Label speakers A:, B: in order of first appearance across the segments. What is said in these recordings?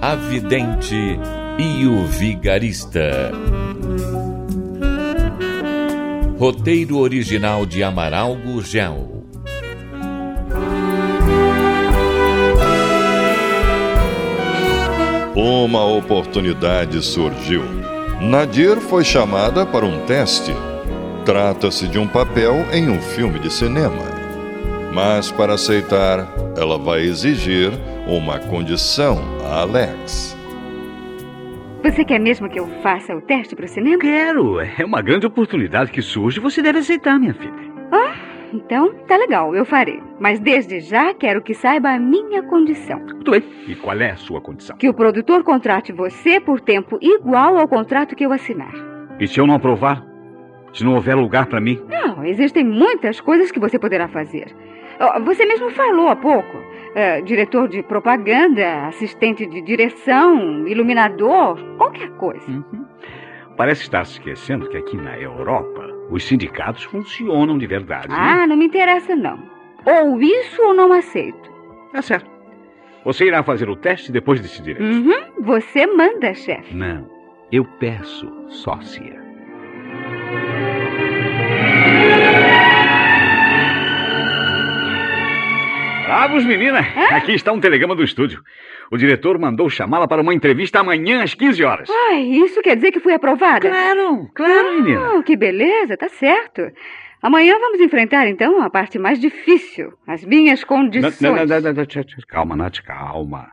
A: A Vidente e o Vigarista. Roteiro original de Amaral Gurgel.
B: Uma oportunidade surgiu. Nadir foi chamada para um teste. Trata-se de um papel em um filme de cinema. Mas para aceitar, ela vai exigir uma condição a Alex.
C: Você quer mesmo que eu faça o teste para o cinema?
D: Quero. É uma grande oportunidade que surge. Você deve aceitar, minha filha.
C: Ah, então tá legal, eu farei. Mas desde já quero que saiba a minha condição:
D: Muito bem. E qual é a sua condição?
C: que o produtor contrate você por tempo igual ao contrato que eu assinar.
D: E se eu não aprovar? Se não houver lugar para mim?
C: Não, existem muitas coisas que você poderá fazer. Ó, Você mesmo falou há pouco. eh, diretor de propaganda, assistente de direção, iluminador, qualquer coisa.
D: Parece estar se esquecendo que aqui na Europa os sindicatos funcionam de verdade. né?
C: Ah, não me interessa não. Ou isso ou não aceito.
D: Tá certo. Você irá fazer o teste e depois decidiremos.
C: Uhum, você manda, chefe.
D: Não, eu peço sócia. Bravos, menina! Aqui está um telegrama do estúdio. O diretor mandou chamá-la para uma entrevista amanhã às 15 horas.
C: Ai, Ah, isso quer dizer que fui aprovada?
D: Ah, Claro, claro, menina.
C: Oh, que beleza, tá certo. Amanhã vamos enfrentar, então, a parte mais difícil. As minhas condições.
D: Não, não, não, não, não, tch, tch, Calma, Nath, calma.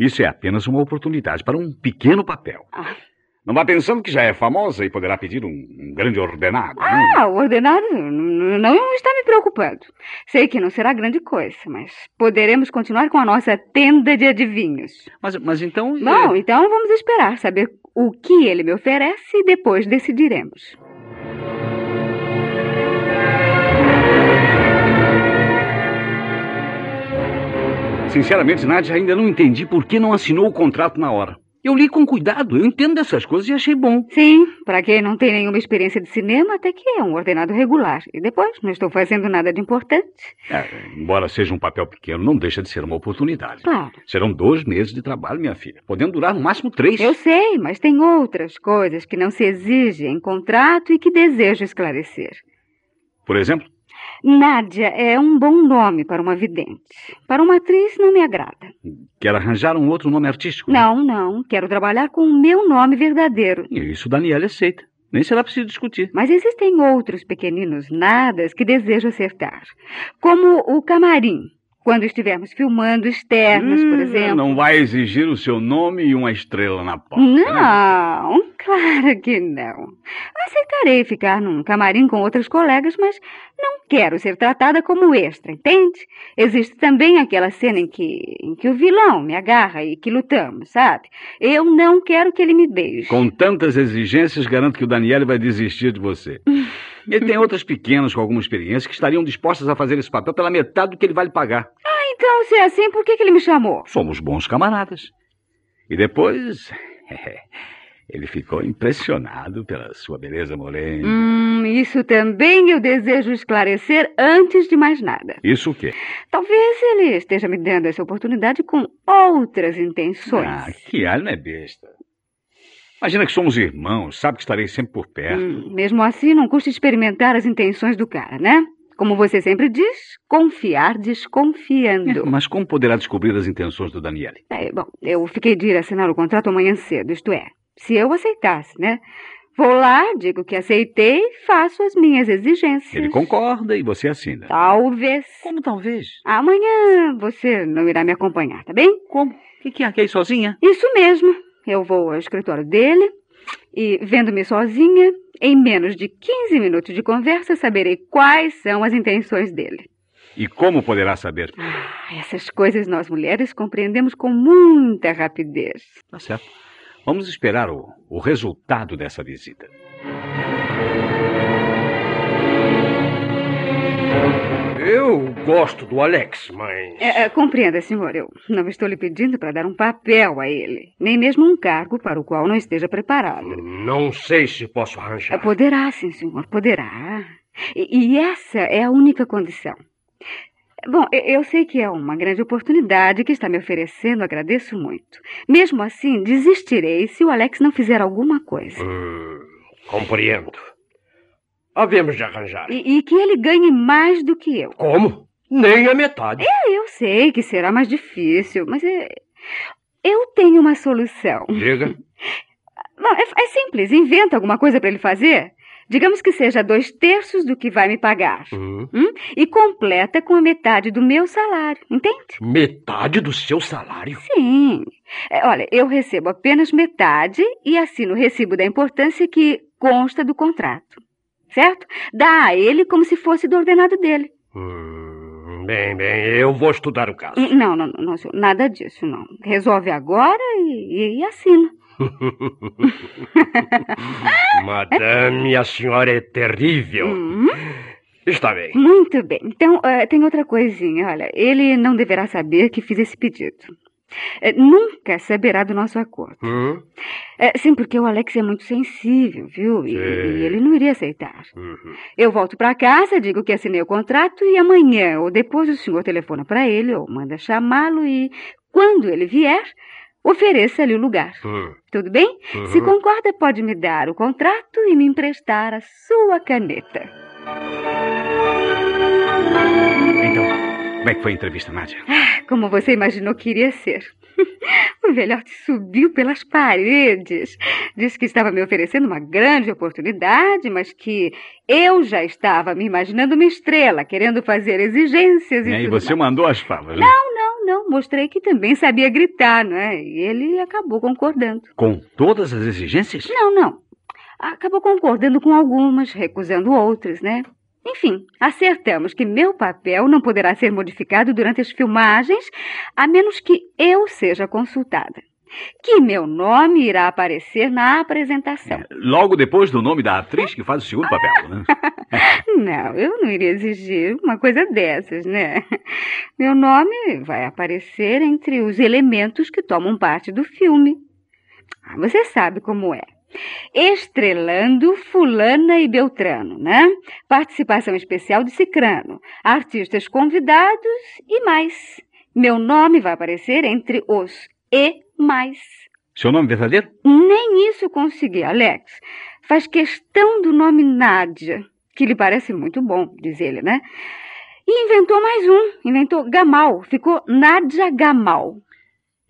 D: Isso é apenas uma oportunidade para um pequeno papel.
C: Ah.
D: Não vá pensando que já é famosa e poderá pedir um, um grande ordenado. né?
C: Ah, o ordenado n- n- não está me preocupando. Sei que não será grande coisa, mas poderemos continuar com a nossa tenda de adivinhos.
D: Mas, mas então.
C: Bom, então vamos esperar saber o que ele me oferece e depois decidiremos.
D: Sinceramente, Nádia, ainda não entendi por que não assinou o contrato na hora. Eu li com cuidado, eu entendo dessas coisas e achei bom.
C: Sim, para quem não tem nenhuma experiência de cinema, até que é um ordenado regular. E depois, não estou fazendo nada de importante.
D: É, embora seja um papel pequeno, não deixa de ser uma oportunidade.
C: Claro.
D: Serão dois meses de trabalho, minha filha, podendo durar no máximo três.
C: Eu sei, mas tem outras coisas que não se exige em contrato e que desejo esclarecer.
D: Por exemplo,
C: Nádia é um bom nome para uma vidente. Para uma atriz não me agrada.
D: quer arranjar um outro nome artístico?
C: Não, não, quero trabalhar com o meu nome verdadeiro.
D: E Isso Daniela aceita. Nem será preciso discutir.
C: Mas existem outros pequeninos nadas que desejo acertar. Como o camarim. Quando estivermos filmando externos, É, por
D: Hum,
C: exemplo.
D: Não vai exigir o seu nome e uma estrela na porta. né?
C: Não, claro que não. Aceitarei ficar num camarim com outras colegas, mas não quero ser tratada como extra, entende? Existe também aquela cena em que, em que o vilão me agarra e que lutamos, sabe? Eu não quero que ele me beije.
D: Com tantas exigências, garanto que o Daniele vai desistir de você. Ele tem outras pequenas com alguma experiência que estariam dispostas a fazer esse papel pela metade do que ele vai lhe pagar.
C: Então, se é assim, por que, que ele me chamou?
D: Somos bons camaradas. E depois. ele ficou impressionado pela sua beleza morena.
C: Hum, isso também eu desejo esclarecer antes de mais nada.
D: Isso o quê?
C: Talvez ele esteja me dando essa oportunidade com outras intenções.
D: Ah, que alho não é besta. Imagina que somos irmãos, sabe que estarei sempre por perto.
C: Hum, mesmo assim, não custa experimentar as intenções do cara, né? Como você sempre diz, confiar desconfiando.
D: Mas como poderá descobrir as intenções do Daniele?
C: É, bom, eu fiquei de ir assinar o contrato amanhã cedo, isto é, se eu aceitasse, né? Vou lá, digo que aceitei, faço as minhas exigências.
D: Ele concorda e você assina.
C: Talvez.
D: Tá. Como talvez?
C: Amanhã você não irá me acompanhar, tá bem?
D: Como? O que, que arquei sozinha?
C: Isso mesmo. Eu vou ao escritório dele e, vendo-me sozinha, em menos de 15 minutos de conversa, saberei quais são as intenções dele.
D: E como poderá saber?
C: Ah, Essas coisas nós mulheres compreendemos com muita rapidez.
D: Tá certo. Vamos esperar o, o resultado dessa visita.
E: Eu gosto do Alex, mas.
C: É, é, compreenda, senhor, eu não estou lhe pedindo para dar um papel a ele, nem mesmo um cargo para o qual não esteja preparado.
E: Não sei se posso arranjar.
C: Poderá, sim, senhor, poderá. E, e essa é a única condição. Bom, e- eu sei que é uma grande oportunidade que está me oferecendo, agradeço muito. Mesmo assim, desistirei se o Alex não fizer alguma coisa.
E: Hum, compreendo. Havemos de arranjar.
C: E, e que ele ganhe mais do que eu.
E: Como? Nem a metade.
C: Eu sei que será mais difícil, mas é, eu tenho uma solução.
E: Diga.
C: Não, é, é simples, inventa alguma coisa para ele fazer. Digamos que seja dois terços do que vai me pagar.
E: Hum,
C: E completa com a metade do meu salário, entende?
E: metade do seu salário?
C: Sim. É, olha, eu recebo apenas metade e assino o recibo da importância que consta do contrato. Certo? Dá a ele como se fosse do ordenado dele.
E: Hum, bem, bem, eu vou estudar o caso.
C: Não, não, não, senhor, nada disso, não. Resolve agora e, e- e assina.
E: Madame, a senhora é terrível.
C: Hum.
E: Está bem.
C: Muito bem. Então, eh, tem outra coisinha. Olha, ele não deverá saber que fiz esse pedido. Eh, nunca saberá do nosso acordo.
E: Hum,
D: Então,
C: Eh, sim, porque o Alex é muito sensível, viu? E,
E: Sei.
C: e ele não iria aceitar.
E: uhum.
C: Eu volto para casa, digo que assinei o contrato e amanhã ou depois o senhor telefona para ele ou manda chamá-lo e, quando ele vier, ofereça-lhe o lugar.
E: Hum,
C: Tudo bem?
E: uhum.
C: Se concorda, pode me dar o contrato e me emprestar a sua caneta.
D: Então, como é que foi a entrevista, Nádia?
C: Como você imaginou que iria ser. O velhote subiu pelas paredes. Disse que estava me oferecendo uma grande oportunidade, mas que eu já estava me imaginando uma estrela, querendo fazer exigências e,
D: Né, E aí,
C: tudo
D: você
C: mais.
D: mandou as favas, né?
C: Não, não, mostrei que também sabia gritar, não é? E ele acabou concordando.
D: Com todas as exigências?
C: Não, não. Acabou concordando com algumas, recusando outras, né? Enfim, acertamos que meu papel não poderá ser modificado durante as filmagens, a menos que eu seja consultada. Que meu nome irá aparecer na apresentação.
D: Logo depois do nome da atriz que faz o segundo papel, né?
C: Não, eu não iria exigir uma coisa dessas, né? Meu nome vai aparecer entre os elementos que tomam parte do filme. Ah, Você sabe como é. Estrelando Fulana e Beltrano, né? Participação especial de Cicrano, artistas convidados e mais. Meu nome vai aparecer entre os e mais.
D: Seu nome verdadeiro?
C: Nem isso consegui, Alex. Faz questão do nome Nádia, que lhe parece muito bom, diz ele, né? E inventou mais um, inventou Gamal, ficou Nádia Gamal.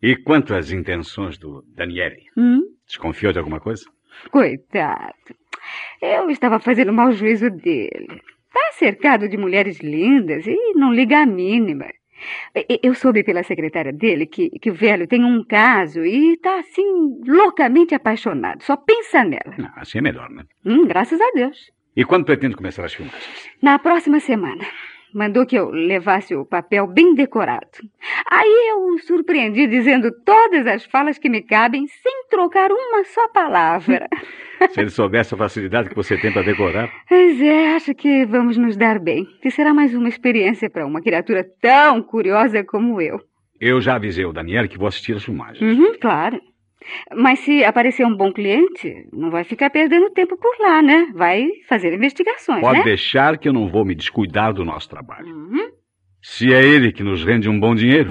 D: E quanto às intenções do Daniele?
C: Hum?
D: Desconfiou de alguma coisa?
C: Coitado. Eu estava fazendo mau juízo dele. Está cercado de mulheres lindas e não liga a mínima. E- Eu soube pela secretária dele que, que o velho tem um caso e está assim loucamente apaixonado. Só pensa nela.
D: Não, assim é melhor, né?
C: Hum, graças a Deus.
D: E quando pretende começar as filmagens?
C: Na próxima semana. Mandou que eu levasse o papel bem decorado. Aí eu o surpreendi dizendo todas as falas que me cabem sem trocar uma só palavra.
D: Se ele soubesse a facilidade que você tem para decorar.
C: Pois é, acho que vamos nos dar bem. Que será mais uma experiência para uma criatura tão curiosa como eu.
D: Eu já avisei o Daniele que vou assistir as filmagens.
C: Uhum, claro. Mas se aparecer um bom cliente, não vai ficar perdendo tempo por lá, né? Vai fazer investigações,
D: Pode
C: né?
D: deixar que eu não vou me descuidar do nosso trabalho.
C: Uhum.
D: Se é ele que nos rende um bom dinheiro.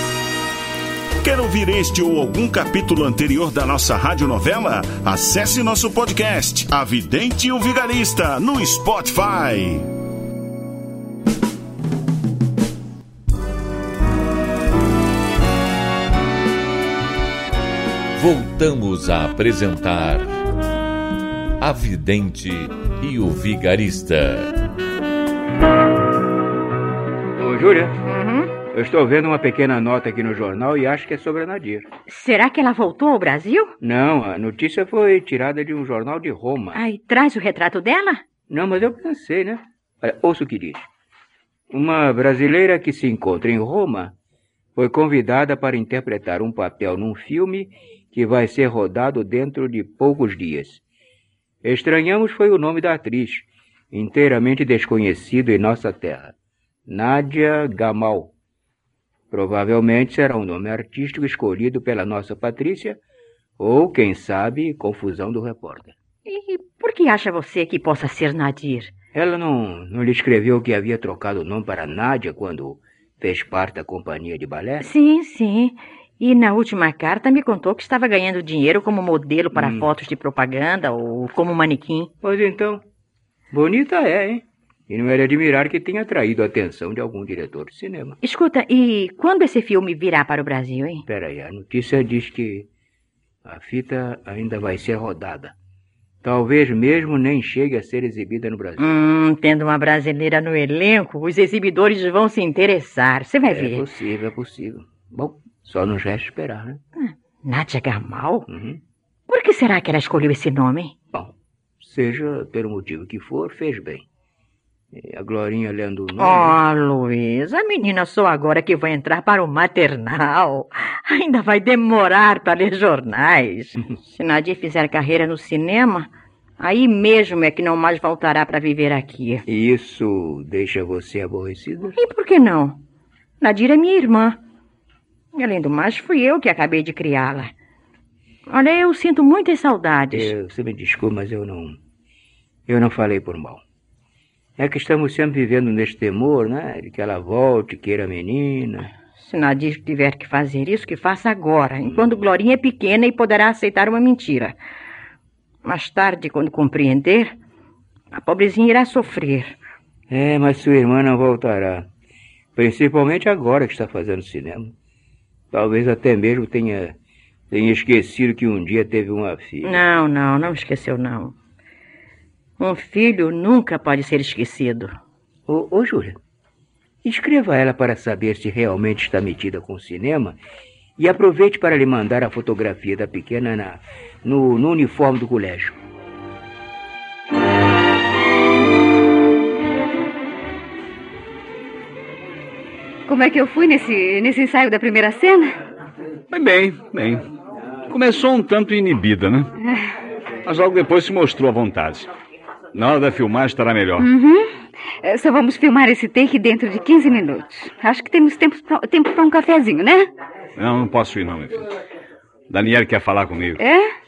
F: Quer ouvir este ou algum capítulo anterior da nossa radionovela? Acesse nosso podcast, A Vidente e o Vigarista, no Spotify.
A: voltamos a apresentar A Vidente e o Vigarista.
E: Ô, Júlia,
C: Uhum.
E: eu estou vendo uma pequena nota aqui no jornal e acho que é sobre a Nadir.
C: Será que ela voltou ao Brasil?
E: Não, a notícia foi tirada de um jornal de Roma.
C: Aí traz o retrato dela?
E: Não, mas eu pensei, né? Olha, ouça o que diz. Uma brasileira que se encontra em Roma foi convidada para interpretar um papel num filme que vai ser rodado dentro de poucos dias. Estranhamos foi o nome da atriz, inteiramente desconhecido em nossa terra. Nádia Gamal. Provavelmente será um nome artístico escolhido pela nossa Patrícia, ou, quem sabe, confusão do repórter.
C: E por que acha você que possa ser Nadir?
E: Ela não, não lhe escreveu que havia trocado o nome para Nádia quando fez parte da companhia de balé?
C: Sim, sim. E na última carta me contou que estava ganhando dinheiro como modelo para
E: Hum.
C: fotos de propaganda ou como manequim.
E: Pois então, bonita é, hein? E não é de admirar que tenha atraído a atenção de algum diretor de cinema.
C: Escuta, e quando esse filme virá para o Brasil, hein?
E: Espera aí, a notícia diz que a fita ainda vai ser rodada. Talvez mesmo nem chegue a ser exibida no Brasil.
C: Hum, tendo uma brasileira no elenco, os exibidores vão se interessar. Você vai
E: É
C: ver.
E: possível, é possível. Bom, só nos resta esperar, né?
C: Nádia Gamal?
E: Uhum.
C: Por que será que ela escolheu esse nome? hein?
E: Bom, seja pelo motivo que for, fez bem. E a Glorinha lendo o nome.
C: Oh, Luiz, a menina só agora que vai entrar para o maternal. Ainda vai demorar para ler jornais. Se Nadir fizer carreira no cinema, aí mesmo é que não mais voltará para viver aqui.
E: E isso deixa você aborrecida?
C: E por que não? Nadir é minha irmã. E além do mais, fui eu que acabei de criá-la. Olha, eu sinto muitas saudades.
E: Eu, você me desculpa, mas eu não. Eu não falei por mal. É que estamos sempre vivendo neste temor, né? De que ela volte, queira a menina.
C: Se Nadir tiver que fazer isso, que faça agora, enquanto Glorinha é pequena e poderá aceitar uma mentira. Mais tarde, quando compreender, a pobrezinha irá sofrer.
E: É, mas sua irmã não voltará. Principalmente agora que está fazendo cinema. Talvez até mesmo tenha, tenha esquecido que um dia teve uma filha.
C: Não, não, não esqueceu, não. Um filho nunca pode ser esquecido.
E: Ô, ô Júlia, escreva a ela para saber se realmente está metida com o cinema e aproveite para lhe mandar a fotografia da pequena na, no, no uniforme do colégio.
C: Como é que eu fui nesse, nesse ensaio da primeira cena?
D: Foi bem, bem. Começou um tanto inibida, né? Mas logo depois se mostrou à vontade. Na hora da filmagem estará melhor.
C: É, Só vamos filmar esse take dentro de 15 minutos. Acho que temos tempo pra- tempo para um cafezinho, né?
D: Não, não posso ir, não, meu filho. Daniel quer falar comigo.
C: É?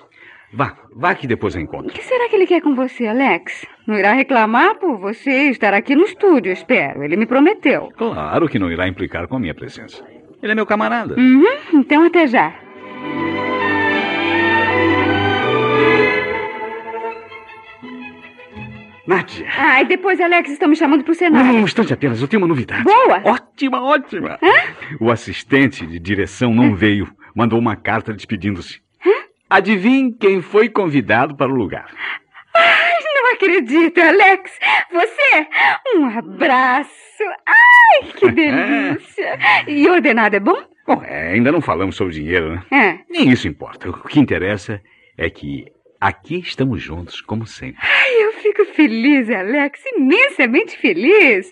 D: Vá, vá que depois eu encontro.
C: O que será que ele quer com você, Alex? Não irá reclamar por você estar aqui no estúdio, espero. Ele me prometeu.
D: Claro que não irá implicar com a minha presença. Ele é meu camarada.
C: Uhum, então até já.
D: Nádia,
C: Ah, e depois, Alex, estão me chamando pro cenário.
D: não, um instante apenas, eu tenho uma novidade.
C: Boa!
D: Ótima, ótima! O assistente de direção não veio. Mandou uma carta despedindo-se. Adivinhe quem foi convidado para o lugar.
C: Não acredito, Alex. Você, um abraço. Ai, que delícia. E ordenado é bom?
D: Bom, é, ainda não falamos sobre dinheiro, né?
C: É.
D: Nem isso importa. O que interessa é que aqui estamos juntos, como sempre.
C: Ai, eu fico feliz, Alex. Imensamente feliz.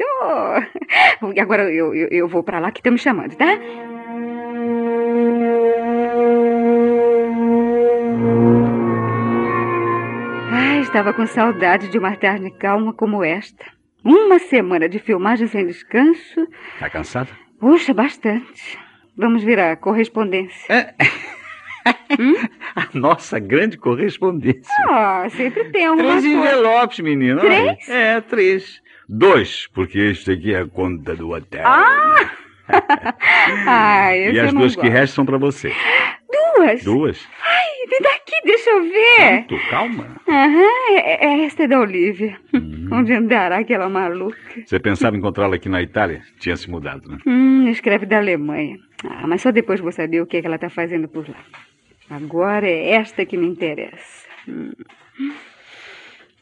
C: Oh. E agora eu, eu, eu vou pra lá que estão me chamando, tá? Ai, estava com saudade de uma tarde calma como esta. Uma semana de filmagem sem descanso.
D: Tá cansada?
C: Puxa, bastante. Vamos ver a correspondência.
D: É. A nossa grande correspondência.
C: Ah, sempre tem uma
D: Três
C: coisa.
D: envelopes, menina. olha. É, três. Dois, porque este aqui é a conta do hotel.
C: Ai, Ah, esse
D: e
C: eu
D: as
C: não
D: duas que
C: gosto.
D: restam são pra você.
C: Duas?
D: Duas?
C: Ai, vem daqui, deixa eu ver.
D: Pronto, calma.
C: Aham, é, é esta é da Olivia.
D: Uhum.
C: Onde andará aquela maluca?
D: Você pensava encontrá-la aqui na Itália? Tinha se mudado, né?
C: Hum, escreve da Alemanha. Ah, mas só depois vou saber o que, é que ela tá fazendo por lá. Agora é esta que me interessa. Hum.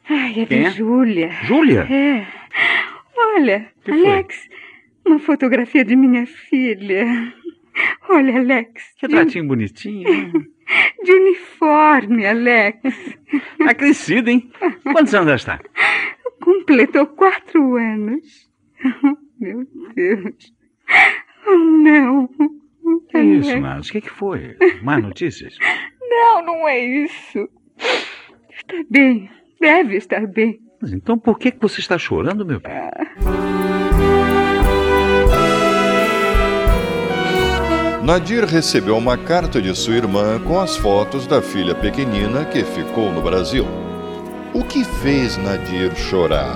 C: Ai, é
D: Quem
C: de
D: é?
C: Júlia.
D: Júlia?
C: É. Olha,
D: Que foi?
C: Alex, uma fotografia de minha filha. Olha, Alex,
D: Que
C: de, um-
D: tratinho bonitinho. né?
C: de uniforme, Alex.
D: Tá crescida, hein? Quantos anos ela está?
C: Completou quatro anos. Meu Deus. Oh, não.
D: Que isso,
C: Alex,
D: Marlos? O que, que foi? Má notícias?
C: Não, não é isso. Está bem. Deve estar bem.
D: Mas então por que, que você está chorando, meu bem?
B: Nadir recebeu uma carta de sua irmã com as fotos da filha pequenina que ficou no Brasil. O que fez Nadir chorar?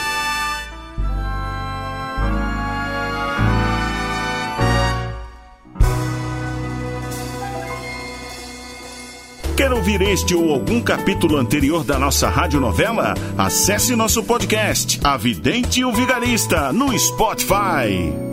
F: Quer ouvir este ou algum capítulo anterior da nossa radionovela? Acesse nosso podcast, A Vidente e o Vigarista, no Spotify.